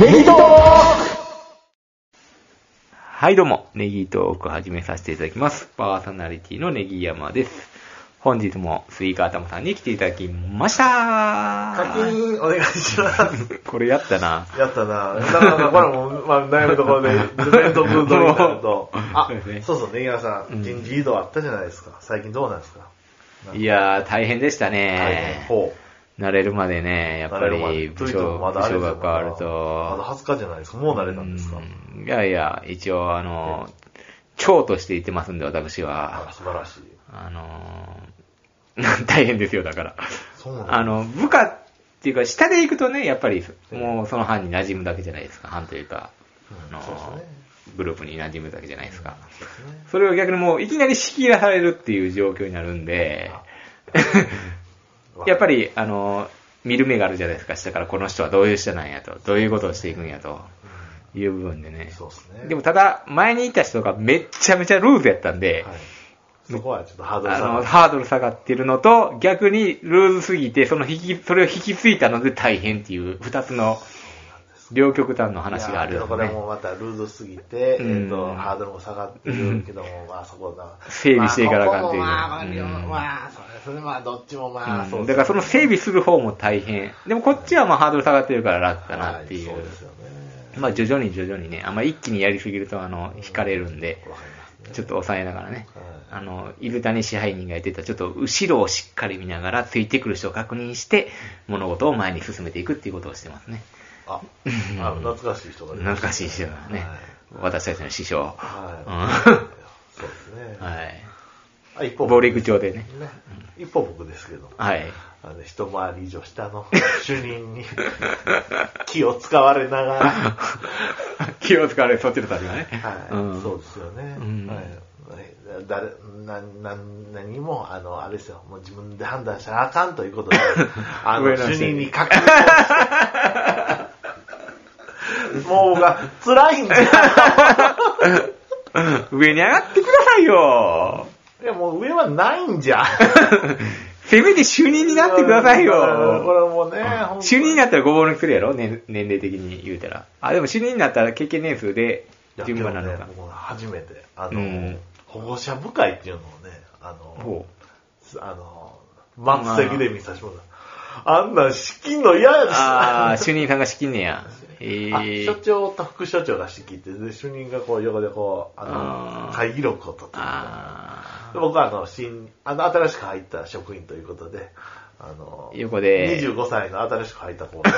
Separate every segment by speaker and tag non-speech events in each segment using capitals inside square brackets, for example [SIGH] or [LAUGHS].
Speaker 1: ネギトーク
Speaker 2: はい、どうも、ネギトーク始めさせていただきます。パーソナリティのネギ山です。本日もスイカ頭さんに来ていただきました
Speaker 3: 確認お願いします。
Speaker 2: これやったな。
Speaker 3: やったな。なかなかこれも、まあ、悩むところ [LAUGHS] で、ずっとずっとみたいなのと。あ
Speaker 2: そうですね、
Speaker 3: そうそう、ネギラさ
Speaker 2: うん
Speaker 3: ん、人事異動あったじゃないですか。最近どうなんですか
Speaker 2: いやー、大変でした
Speaker 3: 大変
Speaker 2: ね。
Speaker 3: ほ
Speaker 2: 慣れるまでね、や
Speaker 3: う。
Speaker 2: っぱり部
Speaker 3: といって
Speaker 2: 署
Speaker 3: もまだ
Speaker 2: 部
Speaker 3: あれ
Speaker 2: 署
Speaker 3: です
Speaker 2: が
Speaker 3: よ
Speaker 2: 変わる
Speaker 3: まだ
Speaker 2: と。
Speaker 3: 20日じゃないですか。もう慣れたんですか。
Speaker 2: うんいやいや、一応、あの、長として言ってますんで、私
Speaker 3: あ
Speaker 2: は。
Speaker 3: 素晴らしい。
Speaker 2: あのー、 [LAUGHS] 大変ですよ、だから。
Speaker 3: そうなんだ
Speaker 2: あの、部下っていうか、下で行くとね、やっぱり、もうその班に馴染むだけじゃないですか。班というか、あ
Speaker 3: うん
Speaker 2: の
Speaker 3: そうですね。
Speaker 2: グループに馴染むだけじゃないですか。
Speaker 3: そうですね
Speaker 2: それを逆にもう、いきなり仕切らされるっていう状況になるんで、 [LAUGHS] やっぱり、あの、見る目があるじゃないですか。下からこの人はどういう人なんやと、どういうことをしていくんやという部分でね。
Speaker 3: そうですね。
Speaker 2: でもただ、前にいた人がめっちゃめちゃルーズやったんで、
Speaker 3: はい、そこはちょっとハードル
Speaker 2: あ
Speaker 3: 下が
Speaker 2: の、
Speaker 3: る
Speaker 2: ハードル下がってるのと、逆にルーズすぎて、その引き、それを引き継いだので大変っていう、二つの、両極端の話がある
Speaker 3: い
Speaker 2: よ
Speaker 3: やこれも
Speaker 2: ね。
Speaker 3: またルーズすぎて、
Speaker 2: うん
Speaker 3: えっと、ハードルも下がってるけども、まあそこだ。
Speaker 2: 整備していかなあかんっていうね
Speaker 3: まあ、ここもまあ、まあ両
Speaker 2: うん
Speaker 3: まあ、それ、それまあ、どっちもまあ、
Speaker 2: う
Speaker 3: そ
Speaker 2: んだ
Speaker 3: うですね
Speaker 2: からその整備する方も大変。でもこっちはまあハードル下がってるから楽かなっていう。
Speaker 3: はそうですよね。
Speaker 2: まあ徐々に徐々にね、あんま一気にやりすぎるとあの、惹かれるんで、
Speaker 3: わかりますね。
Speaker 2: ちょっと抑えながらね。
Speaker 3: は
Speaker 2: あの、イルタに支配人が言ってた、ちょっと後ろをしっかり見ながら、ついてくる人を確認して、物事を前に進めていくっていうことをしてますね。
Speaker 3: あ、あ懐かしい人が出てきた
Speaker 2: 懐かしい人がね、
Speaker 3: はい
Speaker 2: 私たちの師匠。う
Speaker 3: はい。そうですね
Speaker 2: ん。はい。
Speaker 3: あ一方
Speaker 2: 暴
Speaker 3: 僕
Speaker 2: 力
Speaker 3: です
Speaker 2: 町でね。
Speaker 3: ね。一方僕ですけども。
Speaker 2: はい。
Speaker 3: あの、一回り以上下の主任に気を使われながら、
Speaker 2: [LAUGHS] 気を使われ、そっちの立場ね。
Speaker 3: はい、
Speaker 2: うん
Speaker 3: そうですよね。
Speaker 2: うん
Speaker 3: はいはい誰なな何も、あの、あれですよ、もう自分で判断しなあかんとい
Speaker 2: [LAUGHS]
Speaker 3: うことで、あ
Speaker 2: 上
Speaker 3: の、
Speaker 2: の人に
Speaker 3: 主任に確認を
Speaker 2: [LAUGHS]
Speaker 3: してもう僕は辛いんだよ。
Speaker 2: 上に上がってくださいよ。
Speaker 3: いや、もう上はないんじゃ。
Speaker 2: せめて主任になってください
Speaker 3: [LAUGHS] こ
Speaker 2: よ。
Speaker 3: れもうね、本当
Speaker 2: 主任になったらごぼう抜きするやろ、年年齢的に言うたら。あ、でも主任になったら経験年数で順番なの
Speaker 3: いや
Speaker 2: か
Speaker 3: け。どね僕初めて、あ
Speaker 2: う
Speaker 3: の、
Speaker 2: ん
Speaker 3: 保護者部会っていうのをね、あの、
Speaker 2: ほう。
Speaker 3: あの、末席で見させてもらった。あんなん資金の嫌やで
Speaker 2: ああ、主任さんが仕切んねや。ええ
Speaker 3: [LAUGHS] あ所長と副所長が仕切って、で、主任がこう横でこう、あ
Speaker 2: あー
Speaker 3: の、会議録を取って。
Speaker 2: あ
Speaker 3: で僕はあの、新、あの、新しく入った職員ということで、あの、
Speaker 2: 横で
Speaker 3: 25歳の新しく入った
Speaker 2: [LAUGHS]
Speaker 3: 子
Speaker 2: あ。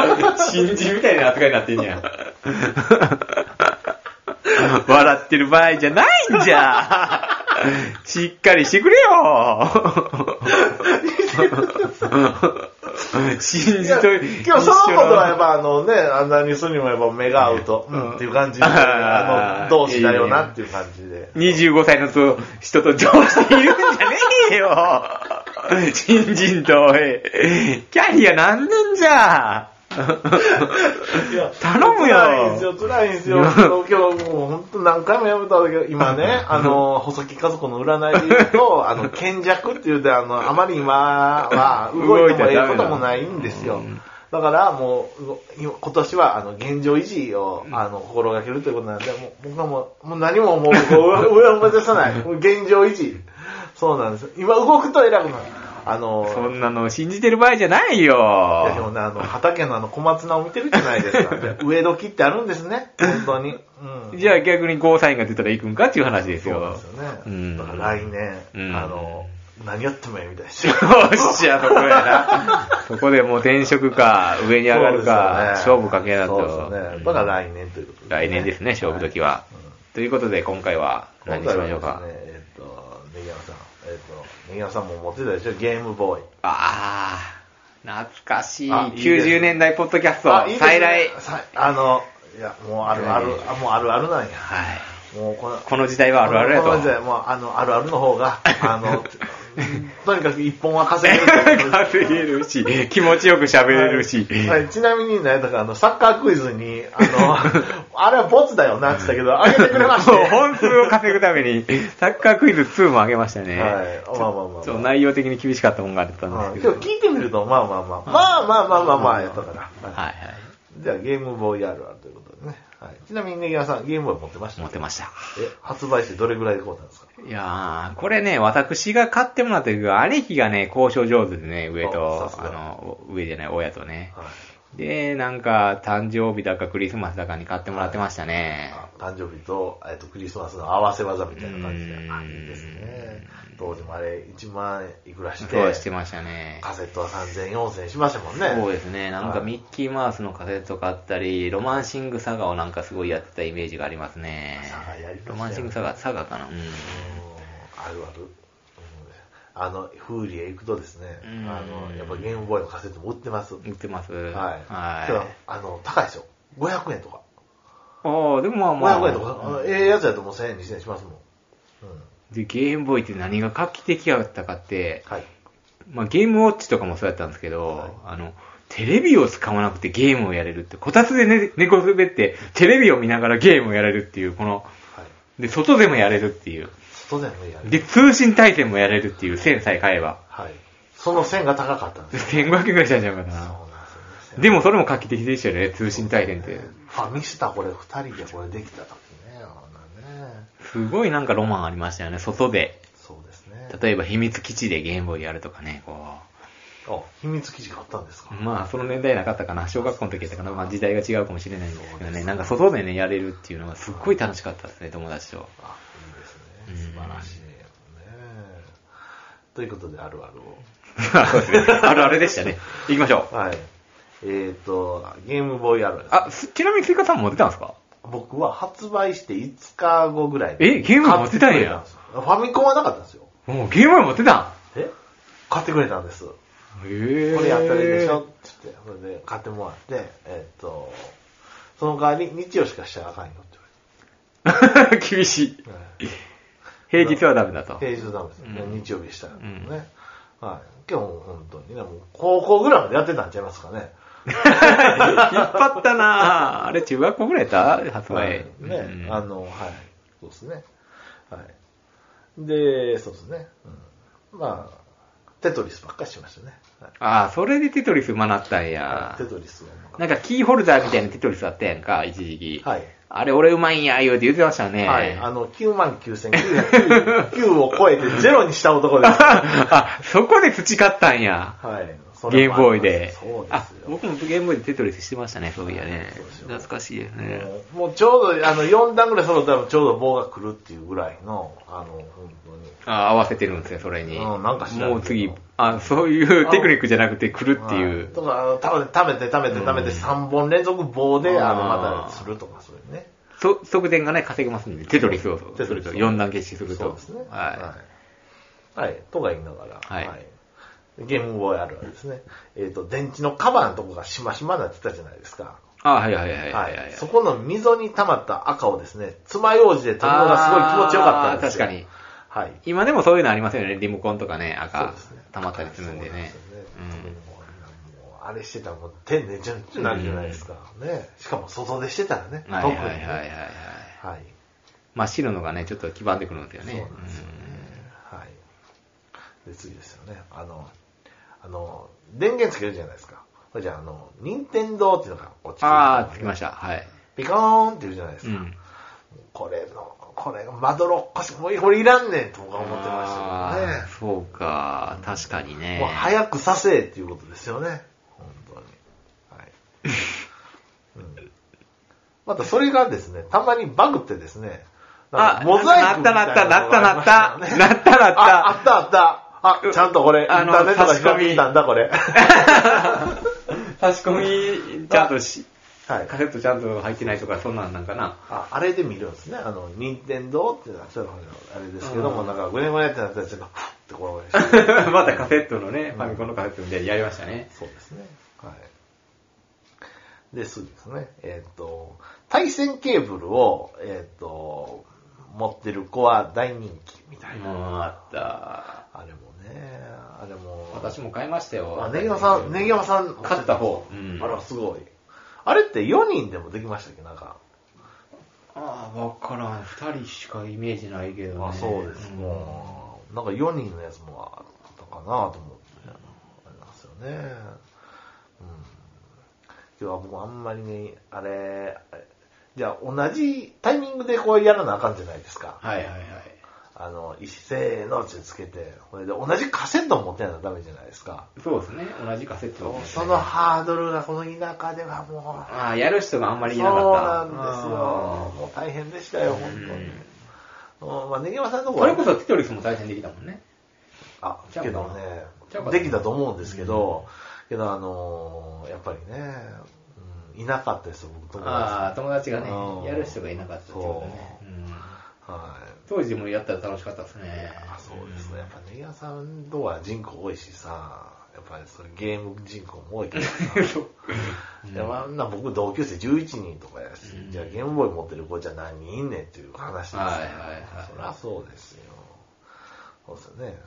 Speaker 2: [LAUGHS] 新人みたいな扱いになってんじゃん。 [LAUGHS] 笑ってる場合じゃないんじゃ [LAUGHS] ん。しっかりしてくれ [LAUGHS] よ。新人
Speaker 3: いや
Speaker 2: と
Speaker 3: 今日そのことはやっぱあのね、あんなにするにもやっぱ目が合うと、
Speaker 2: う
Speaker 3: うんんっていう感じで、
Speaker 2: あー
Speaker 3: あの、同志だよなっていう感じで。
Speaker 2: 25歳のと人と上司いるんじゃねえよ新人と、おいキャリア何年じゃ
Speaker 3: いや
Speaker 2: 頼むよ
Speaker 3: 辛いんですよ、辛いんですよ。今日もう本当何回もやめたんだけど、今ね、あの、細木家族の占いで言う
Speaker 2: [LAUGHS]
Speaker 3: と、あの、賢弱って言うて、あの、あまり今は動いてもええこともないんですよ。だからもう、今今年はあの現状維持をあの心がけるということなんで、もう僕はもうもう何ももうこう上上を目指
Speaker 2: [LAUGHS]
Speaker 3: さない。もう現状維持。そうなんです。今動くと偉くなる。あの、
Speaker 2: そんなの信じてる場合じゃない
Speaker 3: いやでも
Speaker 2: よ
Speaker 3: ね、あの、畑のあの小松菜を見てるじゃないですか。
Speaker 2: [LAUGHS]
Speaker 3: 植え時ってあるんですね、本当に。うん。
Speaker 2: じゃあ逆にゴーサインが出たら行くんかっていう話です
Speaker 3: そうなん
Speaker 2: よ
Speaker 3: です。よね。
Speaker 2: うん
Speaker 3: だから来年、
Speaker 2: うん
Speaker 3: あの、何やってもええみたいです
Speaker 2: よ
Speaker 3: よ。
Speaker 2: っしゃ、そこやな。そこでもう転職か、 [LAUGHS] 上に上がるか、勝負かけな
Speaker 3: な
Speaker 2: と。
Speaker 3: そうですね。だから来年ということで、
Speaker 2: 来年ですね、勝負時は。ということで、今回は何にしましょうか。
Speaker 3: 今回はですね、えっと、ネギ山さん。えっと、ネギ山さんも持ってたでしょ、ゲームボーイ。
Speaker 2: ああ、懐かしい。
Speaker 3: あいいですね
Speaker 2: 90年代ポッドキャスト、
Speaker 3: いいですね
Speaker 2: 再来。
Speaker 3: さあの、いや、もうあるある、あもうあるあるなんや。
Speaker 2: はい。
Speaker 3: もうこの、
Speaker 2: この時代はあるあるやと。
Speaker 3: この
Speaker 2: [LAUGHS]
Speaker 3: 時代もうあの、あるあるの方が、あの、とにかく一本は稼げるということで。
Speaker 2: 稼げるし、気持ちよく喋れるし。
Speaker 3: はいはいちなみにね、だからあの、サッカークイズに、あの、あれはボツだよなって言ったけど、あげてくれました
Speaker 2: そう
Speaker 3: ね。
Speaker 2: 本数を稼ぐために、サッカークイズ2もあげましたね。
Speaker 3: はい。まあまあまあまあ、
Speaker 2: そう内容的に厳しかったもんがあったんです
Speaker 3: う
Speaker 2: けど。
Speaker 3: ん今日聞いてみると、まあまあまあ、まあまあまあまあまあやったから。
Speaker 2: はいはい。
Speaker 3: じゃあ、ゲームボーイ RR ということでね。はい、ちなみに、ねぎわさん、ゲームボーイ持ってました
Speaker 2: 持ってました。
Speaker 3: え、発売してどれぐらいで買うたんですか
Speaker 2: いやー、これね、私が買ってもらった時は、兄貴がね、交渉上手でね、上
Speaker 3: あ
Speaker 2: と
Speaker 3: さ、す
Speaker 2: あ
Speaker 3: が
Speaker 2: の、上じゃない、親とね。
Speaker 3: はい。
Speaker 2: で、なんか、誕生日だかクリスマスだかに買ってもらってましたね。
Speaker 3: あ誕生日と、えっと、クリスマスの合わせ技みたいな感じで
Speaker 2: う。ん
Speaker 3: あ、いいですね。当時もあれ、1万いくらし
Speaker 2: そうして
Speaker 3: て、
Speaker 2: ましたね。
Speaker 3: カセットは3000、4000円しましたもんね。
Speaker 2: そうですね。なんかミッキーマウスのカセット買ったり、ロマンシングサガをなんかすごいやってたイメージがありますね
Speaker 3: サガやりまし。た
Speaker 2: ロ
Speaker 3: よ
Speaker 2: マンシングサガ、サガかなうん。
Speaker 3: うんあるある。うんあの、フーリエ行くとですね、
Speaker 2: うん
Speaker 3: あの、やっぱゲームボーイのカセットも売ってます。はい。
Speaker 2: 売ってます
Speaker 3: ただあの、高いでしょ。500円とか。
Speaker 2: ああ、でもまあまあ。
Speaker 3: 500円とか、あのええやつやともう1000円、2000円しますもん。うん。
Speaker 2: で、ゲームボーイって何が画期的やったかって、
Speaker 3: はい。
Speaker 2: まあ、ゲームウォッチとかもそうやったんですけど、
Speaker 3: はい
Speaker 2: あの、テレビを使わなくてゲームをやれるって、こたつでね猫滑って、テレビを見ながらゲームをやれるっていう、この、
Speaker 3: はい。
Speaker 2: で、外でもやれるっていう、
Speaker 3: 外でもやる。
Speaker 2: で、通信対戦もやれるっていう線さえ買えば、
Speaker 3: はい。その線が高かったんですよ。
Speaker 2: 1500円くらいしたんじゃないか
Speaker 3: そう
Speaker 2: な。
Speaker 3: なんですよね。
Speaker 2: でもそれも画期的でしたよね、通信対戦って。
Speaker 3: ファミスタこれ二人でこれできた時ね、あんなね。
Speaker 2: すごいなんかロマンありましたよね、外で。
Speaker 3: そうですね。
Speaker 2: 例えば秘密基地でゲームボーイやるとかね、こ
Speaker 3: あ、秘密記事買ったんですか、
Speaker 2: う。まあ、その年代なかったかな、小学校の時やったかな、まあ時代が違うかもしれないんですけどね、なんか外でね、やれるっていうのがすっごい楽しかったですね、友達
Speaker 3: [LAUGHS]
Speaker 2: と。
Speaker 3: あ、いいですね。素晴らしいね。ということで、あるあるを。
Speaker 2: あるあるでしたね。行きましょう。
Speaker 3: はい。えっ、と、ゲームボーイあるあるです。
Speaker 2: あ、すちなみにスイカさんも出たんですか
Speaker 3: 僕は発売して5日後ぐらい
Speaker 2: えゲーム持ってたんや
Speaker 3: 買くれですよファミコンはなかったんですよ。
Speaker 2: もうゲーム持ってた
Speaker 3: え買ってくれたんです。こ
Speaker 2: んへ
Speaker 3: れやったらいいでしょって言って、それで買ってもらって、えっ、と、その代わり日曜しかしたらあかんよって
Speaker 2: ょ [LAUGHS] 厳しい。
Speaker 3: 言われて。はい
Speaker 2: 平日はダメだと。
Speaker 3: 平日ダメです、ね
Speaker 2: うん
Speaker 3: 日曜日でしたらね。
Speaker 2: うん
Speaker 3: はい。今日も本当にね、もう高校ぐらいまでやってたんちゃいますかね。
Speaker 2: 引っ張ったなぁ。あれ、中学校ぐらいやった発売。
Speaker 3: ね、
Speaker 2: うん
Speaker 3: あの、はい。そうですね。はい。で、そうですね。うん、まあ、テトリスばっかりしましたね。はい
Speaker 2: ああ、それでテトリス学ったんや
Speaker 3: テ。トリスをなんか
Speaker 2: なんかキーホルダーみたいなテトリスあったやんか、一時期。
Speaker 3: はい。
Speaker 2: あれ、俺うまいんや、言うて言ってましたね。 [LAUGHS]
Speaker 3: はい。あの、99,999を超えてゼロにした男です。は
Speaker 2: あ、そこで培ったんや。
Speaker 3: い。そ
Speaker 2: ゲ
Speaker 3: れ
Speaker 2: ーム
Speaker 3: も
Speaker 2: ボ
Speaker 3: あります
Speaker 2: ーイで。
Speaker 3: そうで
Speaker 2: あ
Speaker 3: す、よ。
Speaker 2: 僕もゲームボーイでテトリスしてましたね、そういやね
Speaker 3: そうです。よ
Speaker 2: 懐かしいですね。
Speaker 3: もうちょうど、あの、4段ぐらい揃ったらちょうど棒が来るっていうぐらいの、あの、本
Speaker 2: あ合わせてるんですよ、それに。
Speaker 3: うんなんか知らんけど
Speaker 2: もう次、あそういうテクニックじゃなくて来るって
Speaker 3: 当に。
Speaker 2: いう。
Speaker 3: とか、あの食べて、食べて、食べて、食べて、3本連続棒で、あの、またするとか、そういうね。
Speaker 2: そ側転がね、稼げますんで、テトリスを
Speaker 3: テ
Speaker 2: す
Speaker 3: ト
Speaker 2: る
Speaker 3: リス
Speaker 2: と、4段決死すると。
Speaker 3: そうですね。。
Speaker 2: はい
Speaker 3: はい。とか言いながら、
Speaker 2: はい
Speaker 3: ゲームボーイあるわけですね。えっ、と、電池のカバーのとこがしましまになってたじゃないですか。
Speaker 2: い。あはいはいはいは
Speaker 3: はい
Speaker 2: はい
Speaker 3: い。。そこの溝に溜まった赤をですね、爪楊枝で取るのがすごい気持ちよかったんですよ。
Speaker 2: あー確かに。
Speaker 3: はい。
Speaker 2: 今でもそういうのありますよね。リモコンとかね、
Speaker 3: そう
Speaker 2: 赤
Speaker 3: ですね、
Speaker 2: 溜まったりするんでね。
Speaker 3: そうなんですよねもうあれしてたらもう手寝ちゃうなるじゃないですか。ね。しかも外でしてたらね。
Speaker 2: うんはい
Speaker 3: 特
Speaker 2: はい
Speaker 3: に
Speaker 2: はいはいはい
Speaker 3: ね。。はい。
Speaker 2: 真っ白のがね、ちょっと黄ばんでくるんですよ
Speaker 3: そう
Speaker 2: ね。
Speaker 3: なんですよね。はい。で、次ですよね。あの、あの、電源つけるじゃないですか。これじゃあ、あの、任天堂っていうのが落
Speaker 2: うん
Speaker 3: ちてる
Speaker 2: ああ、つきました。はい。
Speaker 3: ピコーンって言うじゃないです
Speaker 2: う
Speaker 3: か。
Speaker 2: ん。
Speaker 3: これの、これがまどろっこしい、もうこれいらんねんと僕は思ってましたけどね
Speaker 2: あ。ーそうか、確かにね。
Speaker 3: もう早くさせっていうことですよね。本当に。はい。うん、またそれがですね、たまにバグってですね、なん
Speaker 2: あ
Speaker 3: か、モザイクみたい
Speaker 2: なったなったなっ
Speaker 3: のがありま
Speaker 2: た
Speaker 3: しよね
Speaker 2: なったなった
Speaker 3: あ、あったあった。あ、ちゃんとこれ、インタ
Speaker 2: あの
Speaker 3: ーネットが
Speaker 2: 差し込み
Speaker 3: 拾ってきたんだ、こ
Speaker 2: [LAUGHS]
Speaker 3: れ。
Speaker 2: [LAUGHS] 差し込み、ちゃんとし、
Speaker 3: [LAUGHS] はい
Speaker 2: カ。セットちゃんと入ってないとか、そんなんなんかな。
Speaker 3: ああれで見るんですね。あの、任天堂っていうのは、ちょっとあれですけども、
Speaker 2: うん
Speaker 3: なんか、ぐねぐねってなったら、ちょっと、ふってこ
Speaker 2: [LAUGHS]
Speaker 3: う、
Speaker 2: またカセットのね、ファミコンのカセットみたいにやりましたね。
Speaker 3: そうですね。はい。で、そうですね。えっ、と、対戦ケーブルを、えっ、と、持ってる子は大人気みたいな。
Speaker 2: もうあった。
Speaker 3: あれもね、あれも。
Speaker 2: 私も買いましたよ。
Speaker 3: あ、ネギマさん、ネギマさん。
Speaker 2: 勝った方うん
Speaker 3: あら、すごい。あれって4人でもできましたっけなんか。
Speaker 2: ああ、わからん。二人しかイメージないけどね。
Speaker 3: あ、そうです。もう、なんか4人のやつもあったかなと思って、あれなんですよね。うん。今日はもうあんまりね、あれ、あれじゃあ同じタイミングでこうやらなあかんじゃないですか。
Speaker 2: はいはいはい。
Speaker 3: あの、一斉のってつけて、これで同じカセットを持ってないとダメじゃないですか。
Speaker 2: そうですね。同じカセットを持って
Speaker 3: そのハードルがこの田舎ではもう、
Speaker 2: ああ、やる人があんまりいなか
Speaker 3: そう
Speaker 2: った。
Speaker 3: なんですよ。もう大変でしたよ、本当に。うん、まあ、ねぎまさん
Speaker 2: う
Speaker 3: のと
Speaker 2: んそ
Speaker 3: こは
Speaker 2: れこそテトリスも対戦できたもんね。
Speaker 3: あ、けどね
Speaker 2: ちゃうか、な
Speaker 3: できたと思うんですけど、けどあのーやっぱりね、うん、いなかったですよ、僕友達。
Speaker 2: ああ、友達がね
Speaker 3: うん、
Speaker 2: やる人がいなかったってことね。うん
Speaker 3: はい。
Speaker 2: 当時でもやったら楽しかったですね。
Speaker 3: あそうですね。やっぱネギ屋さんとは人口多いしさ、やっぱりそれゲーム人口も多いから
Speaker 2: [LAUGHS]
Speaker 3: さ。でまああんな僕同級生11人とかやし、じゃあゲームボーイ持ってる子じゃ何人いんねんっていう話ですよ。
Speaker 2: はいはいはい
Speaker 3: そりゃそうですよ。そうですよね。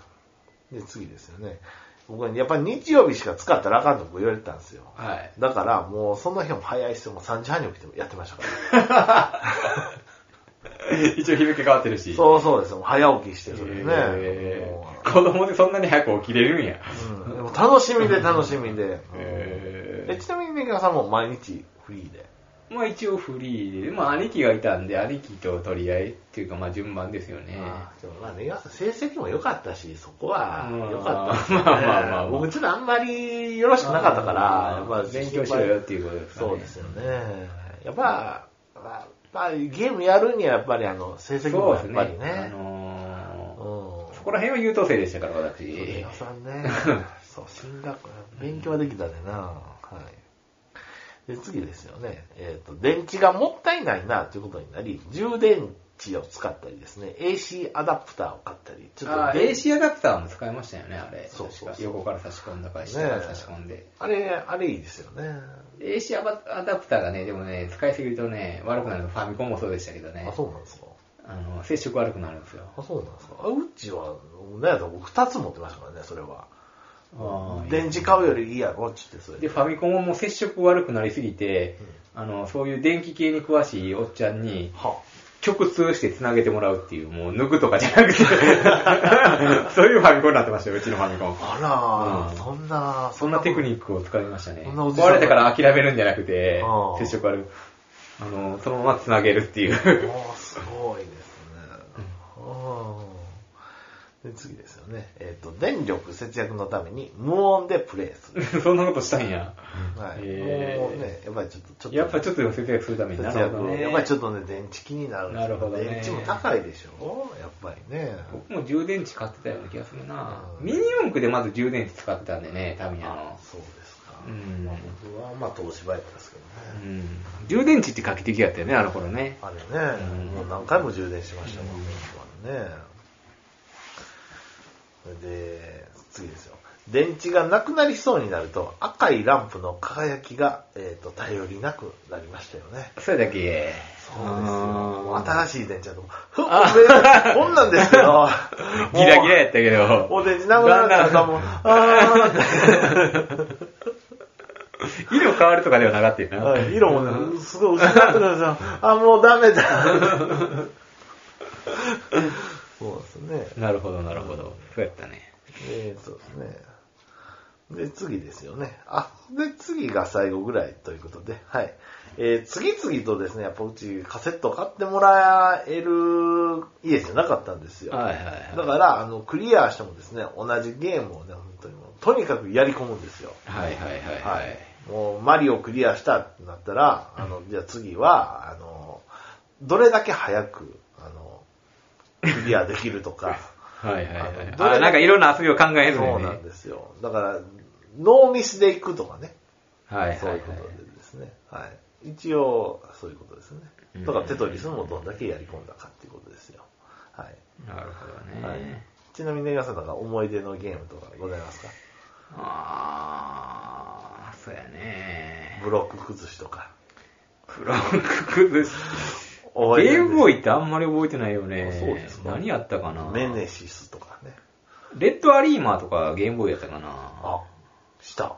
Speaker 3: で、次ですよね。僕はやっぱり日曜日しか使ったらあかんと僕言われてたんですよ。
Speaker 2: [LAUGHS] はい。
Speaker 3: だからもうその日も早いですよ。もう3時半に起きてやってましたから。
Speaker 2: [LAUGHS] 一応日付変わってるし。う。
Speaker 3: そうそうですよ。もう早起きしてそれね。もう
Speaker 2: 子供でそんなに早く起きれるんや。
Speaker 3: うんでも楽しみで楽しみで。
Speaker 2: へー
Speaker 3: えちなみに、ねぎらさんも毎日フリーで。
Speaker 2: まあ一応フリーで、まあ兄貴がいたんで、兄貴と取り合いっていうか、まあ順番ですよね。
Speaker 3: あーでもまあ、ねぎらさん成績も良かったし、そこは
Speaker 2: うん
Speaker 3: 良かったですね。
Speaker 2: まあまあまあまあ
Speaker 3: 僕ちょっとあんまりよろしくなかったから、やっぱ
Speaker 2: 勉強しろよっていうことですかね。
Speaker 3: そうですよね。やっぱ、まあ、まあ、ゲームやるにはやっぱりあの、成績
Speaker 2: そ
Speaker 3: も
Speaker 2: う
Speaker 3: や
Speaker 2: で
Speaker 3: っ
Speaker 2: す
Speaker 3: ぱりね。
Speaker 2: ね。あのー
Speaker 3: うん。
Speaker 2: そこら辺は優等生でしたから、私。
Speaker 3: そうネガさんね。
Speaker 2: [LAUGHS]
Speaker 3: そう、進学、勉強はできたでな。はい。で、次ですよね。えっ、と、電池がもったいないな、ということになり、充電池を使ったりですね、AC アダプターを買ったり、ちょっと
Speaker 2: あー
Speaker 3: 電
Speaker 2: AC アダプターも使いましたよね、あれ。
Speaker 3: そうそうそう
Speaker 2: 確か横から差し込んだから、下から差し込んで。
Speaker 3: あれ、あれいいですよね。
Speaker 2: AC アバアダプターがね、でもね、使いすぎるとね、悪くなるとファミコンもそうでしたけどね。
Speaker 3: あ、そうなんですか。
Speaker 2: あの、接触悪くなるんですよ。
Speaker 3: あ、そうなんですか。あうちは、なんやったら僕2つ持ってましたからね、それは。
Speaker 2: あー
Speaker 3: 電池買うよりいいやろっつって、それ
Speaker 2: で、ファミコンももう接触悪くなりすぎて、あの、そういう電気系に詳しいおっちゃんに、
Speaker 3: は
Speaker 2: 直通して繋げてもらうっていう、もう抜くとかじゃなく
Speaker 3: [LAUGHS]
Speaker 2: て、そういうファミコンになってましたよ、うちのファミコン。
Speaker 3: あらー、
Speaker 2: うん
Speaker 3: そんな、
Speaker 2: そんなテクニックを使いましたね。
Speaker 3: そんなおじさん
Speaker 2: 壊れたから諦めるんじゃなくて
Speaker 3: あ、あ
Speaker 2: 接触ある。あの、そのまま繋げるってい
Speaker 3: お
Speaker 2: う。 [LAUGHS]
Speaker 3: ーすごいですね。うんで次ですよね。えっ、と、電力節約のために無音でプレイする。
Speaker 2: そんなことしたんや。
Speaker 3: はい。
Speaker 2: へー
Speaker 3: もうね、やっぱりちょっと、ちょっと、
Speaker 2: やっぱちょっとでも節約するためにな
Speaker 3: 節
Speaker 2: るほど
Speaker 3: 約、
Speaker 2: ね。
Speaker 3: やっぱりちょっとね、電池気になるんです
Speaker 2: な
Speaker 3: よ
Speaker 2: るほどね
Speaker 3: 電池も高いでしょやっぱりね。
Speaker 2: 僕も充電池買ってたような気がするな。
Speaker 3: うん
Speaker 2: ミニ四駆でまず充電池使ってたんでね、タミヤ
Speaker 3: あ
Speaker 2: の。
Speaker 3: そうですか。
Speaker 2: うん
Speaker 3: まあ、僕は、まあ、東芝やったんですけど
Speaker 2: う
Speaker 3: ね。
Speaker 2: ん。充電池って画期的だったよね、あの頃ね。
Speaker 3: あれね、
Speaker 2: うん
Speaker 3: もう何回も充電しましたもん、
Speaker 2: うん
Speaker 3: 僕はね。で、次ですよ。電池がなくなりそうになると、赤いランプの輝きが、えっ、と、頼りなくなりましたよね。
Speaker 2: それだけ。
Speaker 3: そうですよ。もう
Speaker 2: 新
Speaker 3: 新しい電池だと、ふっ、こんなんですけど、
Speaker 2: [LAUGHS] ギラギラ
Speaker 3: も
Speaker 2: やったけ
Speaker 3: うも
Speaker 2: ど。
Speaker 3: う電池なくなったらさ、もう、あ
Speaker 2: 色変わるとかではなかったよ
Speaker 3: ー
Speaker 2: な。
Speaker 3: はい色もね、すごい薄くなってるんですよ。あ、もうダメだ。
Speaker 2: [LAUGHS]
Speaker 3: そうですね。
Speaker 2: なるほど、なるほど。そうやったね。
Speaker 3: えー、そうですね。で、次ですよね。あ、で、次が最後ぐらいということで、はい。えー、次々とですね、やっぱうちカセットを買ってもらえる家じゃなかったんですよ。
Speaker 2: はいはいはい。
Speaker 3: だから、あの、クリアしてもですね、同じゲームをね、本当にもう、とにかくやり込むんですよ。
Speaker 2: はいはいはいは。
Speaker 3: はいい。もう、マリオクリアしたってなったら、あの、じゃあ次は、あの、どれだけ早く、あの、クリアできると
Speaker 2: [LAUGHS]
Speaker 3: か、
Speaker 2: はいはいはい
Speaker 3: あの。どれ
Speaker 2: あ、なんかいろんな遊びを考える
Speaker 3: そ
Speaker 2: の
Speaker 3: う
Speaker 2: ね。
Speaker 3: なんですよ。だから、ノーミスで行くとかね。
Speaker 2: はいはい
Speaker 3: そう。
Speaker 2: はいいう
Speaker 3: ことでですね。はい。一応、そういうことですね
Speaker 2: うん。
Speaker 3: だからテトリスもどんだけやり込んだかっていうことですよ。はい。
Speaker 2: なるほど
Speaker 3: はい
Speaker 2: ね。
Speaker 3: ちなみに、ね、皆さんなんか思い出のゲームとかございますか
Speaker 2: あー、そうやね。
Speaker 3: ブロック崩しとか。
Speaker 2: ブロック崩し。
Speaker 3: おい
Speaker 2: ゲームボーイってあんまり覚えてないよね。
Speaker 3: そうですか
Speaker 2: 何やったかな
Speaker 3: メネシスとかね。
Speaker 2: レッドアリーマーとかゲームボーイやったかな
Speaker 3: あ、した。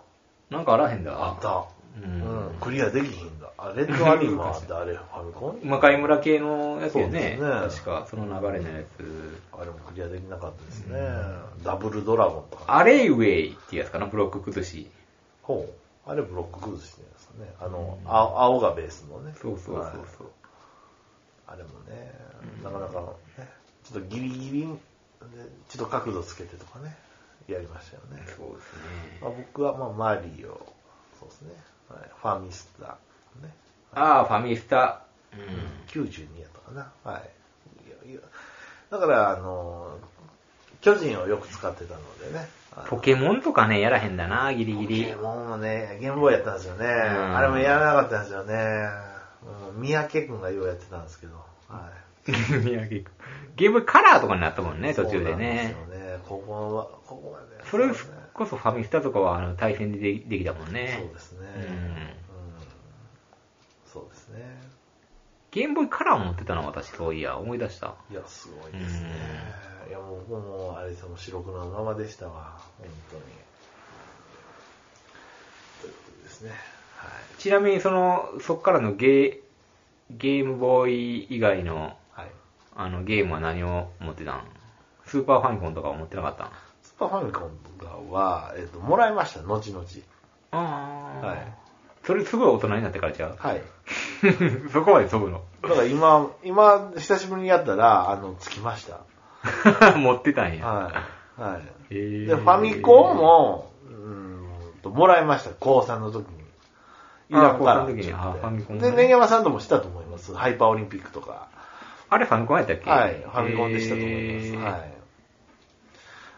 Speaker 2: なんかあらへんだ。
Speaker 3: あった。
Speaker 2: う。
Speaker 3: うんん。クリアできひんだ。あ、レッドアリーマーってあれ、ファミ
Speaker 2: [LAUGHS]
Speaker 3: コン
Speaker 2: 魔界村系のやつよね。
Speaker 3: そうですね
Speaker 2: 確か、その流れのやつ。
Speaker 3: あれもクリアできなかったですね。ダブルドラゴンとか。
Speaker 2: アレイウェイってやつかな、ブロック崩し。
Speaker 3: ほう。あれブロック崩してるんですね。あの、青青がベースのね。
Speaker 2: そうそうそう
Speaker 3: はい
Speaker 2: そう。
Speaker 3: あれもね、なかなか、ね、ちょっとギリギリで、ちょっと角度つけてとかね、やりましたよね。
Speaker 2: そうですね。
Speaker 3: まあ、僕は、まあ、マリオ、そうですね、はい、ファミスタ、ね、
Speaker 2: ああ、ファミスタ。うん。
Speaker 3: 92やったかな。はい。いやいやだから、あの、巨人をよく使ってたのでね。あの
Speaker 2: ポケモンとかね、やらへんだな、ギリギ
Speaker 3: ポケ
Speaker 2: リ。
Speaker 3: モンもね、ゲームボーイやったんですよね。
Speaker 2: ん
Speaker 3: あれもやらなかったんですよね。うん三宅くんがようやってたんですけど。はい。
Speaker 2: [LAUGHS] 宮城君ゲームカラーとかになったもんね、途中でね。
Speaker 3: そうなんですよね。ここは、ここまで。
Speaker 2: それ
Speaker 3: ね。
Speaker 2: こそファミスタとかはあの対戦ででできたもんね。
Speaker 3: そうですね。
Speaker 2: ん
Speaker 3: うんそうですね。
Speaker 2: ゲームボーイカラー持ってたの私、そういや、思い出した。
Speaker 3: いや、すごいですね。いや、もう僕も、あれですよ、もう白黒のままでしたわ。本当に。ということですね。は
Speaker 2: ちなみに、その、そっからのゲー、ゲームボーイ以外の、
Speaker 3: い。はい。
Speaker 2: あの、ゲームは何を持ってたんスーパーファミコンとかは持ってなかったん
Speaker 3: スーパーファミコンとかは、えっ、と、もらいました、後々。
Speaker 2: ああ。
Speaker 3: はい。
Speaker 2: それすごい大人になってからちゃう
Speaker 3: はい。 [LAUGHS]
Speaker 2: そこまで飛ぶの。
Speaker 3: だから今、今、久しぶりにやったら、あの、つきました。
Speaker 2: [LAUGHS] 持ってたんや。
Speaker 3: はい。はい。
Speaker 2: えー
Speaker 3: で、ファミコンも、うーんと、もらいました、高3の時に。
Speaker 2: あ
Speaker 3: 田舎ら
Speaker 2: 高三の時にあファミコンね
Speaker 3: で、ネギマさんともしたと思います。ハイパーオリンピックとか。
Speaker 2: あれファミコンやったっけ
Speaker 3: はい、ファミコンでしたと思います。
Speaker 2: えー
Speaker 3: はい。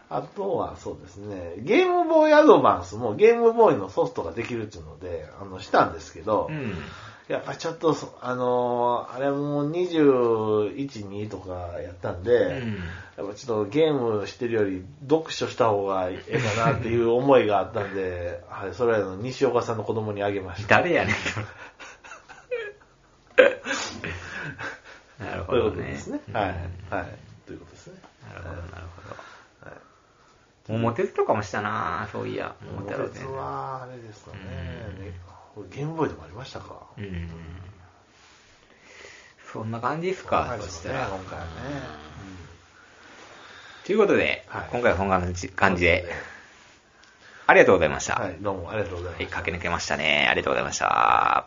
Speaker 3: あとは、そうですね、ゲームボーイアドバンスもゲームボーイのソフトができるっていうので、あの、したんですけど、
Speaker 2: うん。
Speaker 3: やっぱちょっとそ、あのーあれも21、2とかやったんで、
Speaker 2: うん
Speaker 3: やっぱちょっとゲームしてるより読書した方がええかなっていう思いがあったんで、 [LAUGHS] はい、それはあの西岡さんの子供にあげました。
Speaker 2: 誰やねん、それなるほ
Speaker 3: という
Speaker 2: ど
Speaker 3: こと
Speaker 2: ね。
Speaker 3: ですね。
Speaker 2: うん
Speaker 3: はい
Speaker 2: なる。
Speaker 3: はい。ということですね。
Speaker 2: ほど、なるほど。
Speaker 3: はい。
Speaker 2: 桃鉄とかもしたなぁ、そういや。
Speaker 3: 桃
Speaker 2: 桃鉄
Speaker 3: 鉄は、あれですかね。これゲームボーイでもありましたか
Speaker 2: うん。そんな感じです
Speaker 3: わ
Speaker 2: か
Speaker 3: ん、ない
Speaker 2: そ
Speaker 3: です
Speaker 2: し
Speaker 3: ね
Speaker 2: たら。
Speaker 3: 今回はね。
Speaker 2: ということで、
Speaker 3: はい
Speaker 2: 今回はこんな感じ
Speaker 3: と
Speaker 2: で
Speaker 3: いうこ、
Speaker 2: ありがとうございました。
Speaker 3: はい、どうもありがとうございま
Speaker 2: はい、
Speaker 3: した。
Speaker 2: 駆け抜けましたね。ありがとうございました。